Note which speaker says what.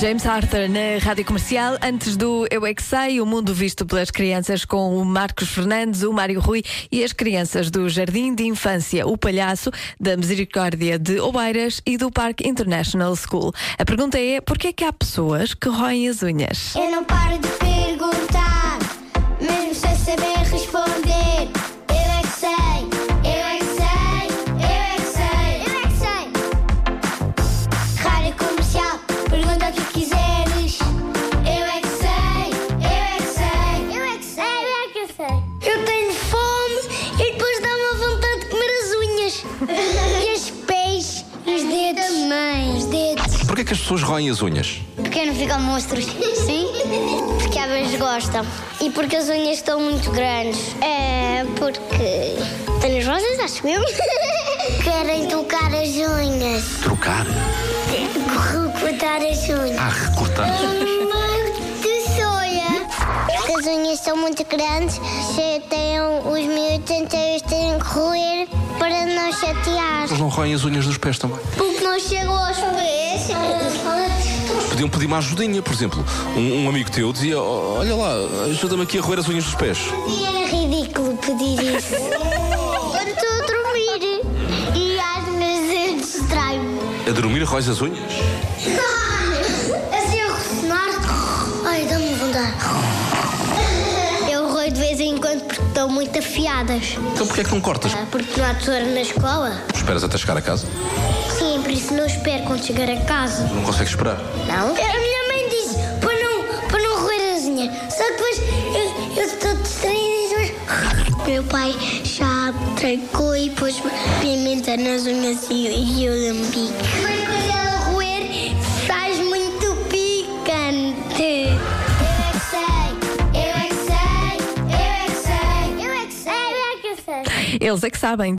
Speaker 1: James Arthur na Rádio Comercial, antes do Eu é que Sei, o mundo visto pelas crianças com o Marcos Fernandes, o Mário Rui e as crianças do Jardim de Infância, o Palhaço, da Misericórdia de Oeiras e do Parque International School. A pergunta é, porquê é que há pessoas que roem as unhas?
Speaker 2: Eu não paro de perguntar, mesmo sem saber responder. Eu é que sei, eu é que sei, eu é que sei, eu é que sei. Rádio comercial, pergunta o que quiseres. Eu é que sei, eu é que sei, eu é que sei, eu é que sei. Eu tenho fome e depois dá-me vontade de comer as unhas e os pés e os dedos. Também. Os dedos.
Speaker 3: Porquê que as pessoas roem as unhas?
Speaker 2: Porque não ficam monstros. Sim? Porque às vezes gostam. E porque as unhas estão muito grandes. É porque. Tenho as rosas, acho eu. Querem tocar as unhas.
Speaker 3: Trocar?
Speaker 2: Cortar as unhas.
Speaker 3: Ah, recortar.
Speaker 2: de soia. Porque as unhas são muito grandes. Chateiam os miúdos, então eles têm que roer para não chatear.
Speaker 3: Eles não roem as unhas dos pés também.
Speaker 2: Porque não chegam aos pés.
Speaker 3: Podiam pedir uma ajudinha, por exemplo. Um, um amigo teu dizia: "Ó, Olha lá, ajuda-me aqui a roer as unhas dos pés.
Speaker 2: Era é ridículo pedir isso. Quando estou a dormir e às vezes eu distraio-me.
Speaker 3: A dormir roes as unhas?
Speaker 2: Assim eu ressonar. Ai, dá-me vontade. Eu roio de vez em quando porque estão muito afiadas.
Speaker 3: Então porquê é que não cortas?
Speaker 2: Ah, Porque não há tesoura na escola.
Speaker 3: Esperas até chegar a casa?
Speaker 2: Sim, por isso não espero quando chegar a casa.
Speaker 3: Não consegues esperar.
Speaker 2: Não? A minha mãe diz para não, para não roer as unhas. Só que depois eu, eu estou distraída e depois... Meu pai já trancou e pôs pimenta nas unhas e, e eu um lambi. Mas quando ela roer, faz muito picante. Eu é que sei, eu é que sei, eu é que sei, eu é que sei, eu é que sei.
Speaker 1: Eles é que sabem.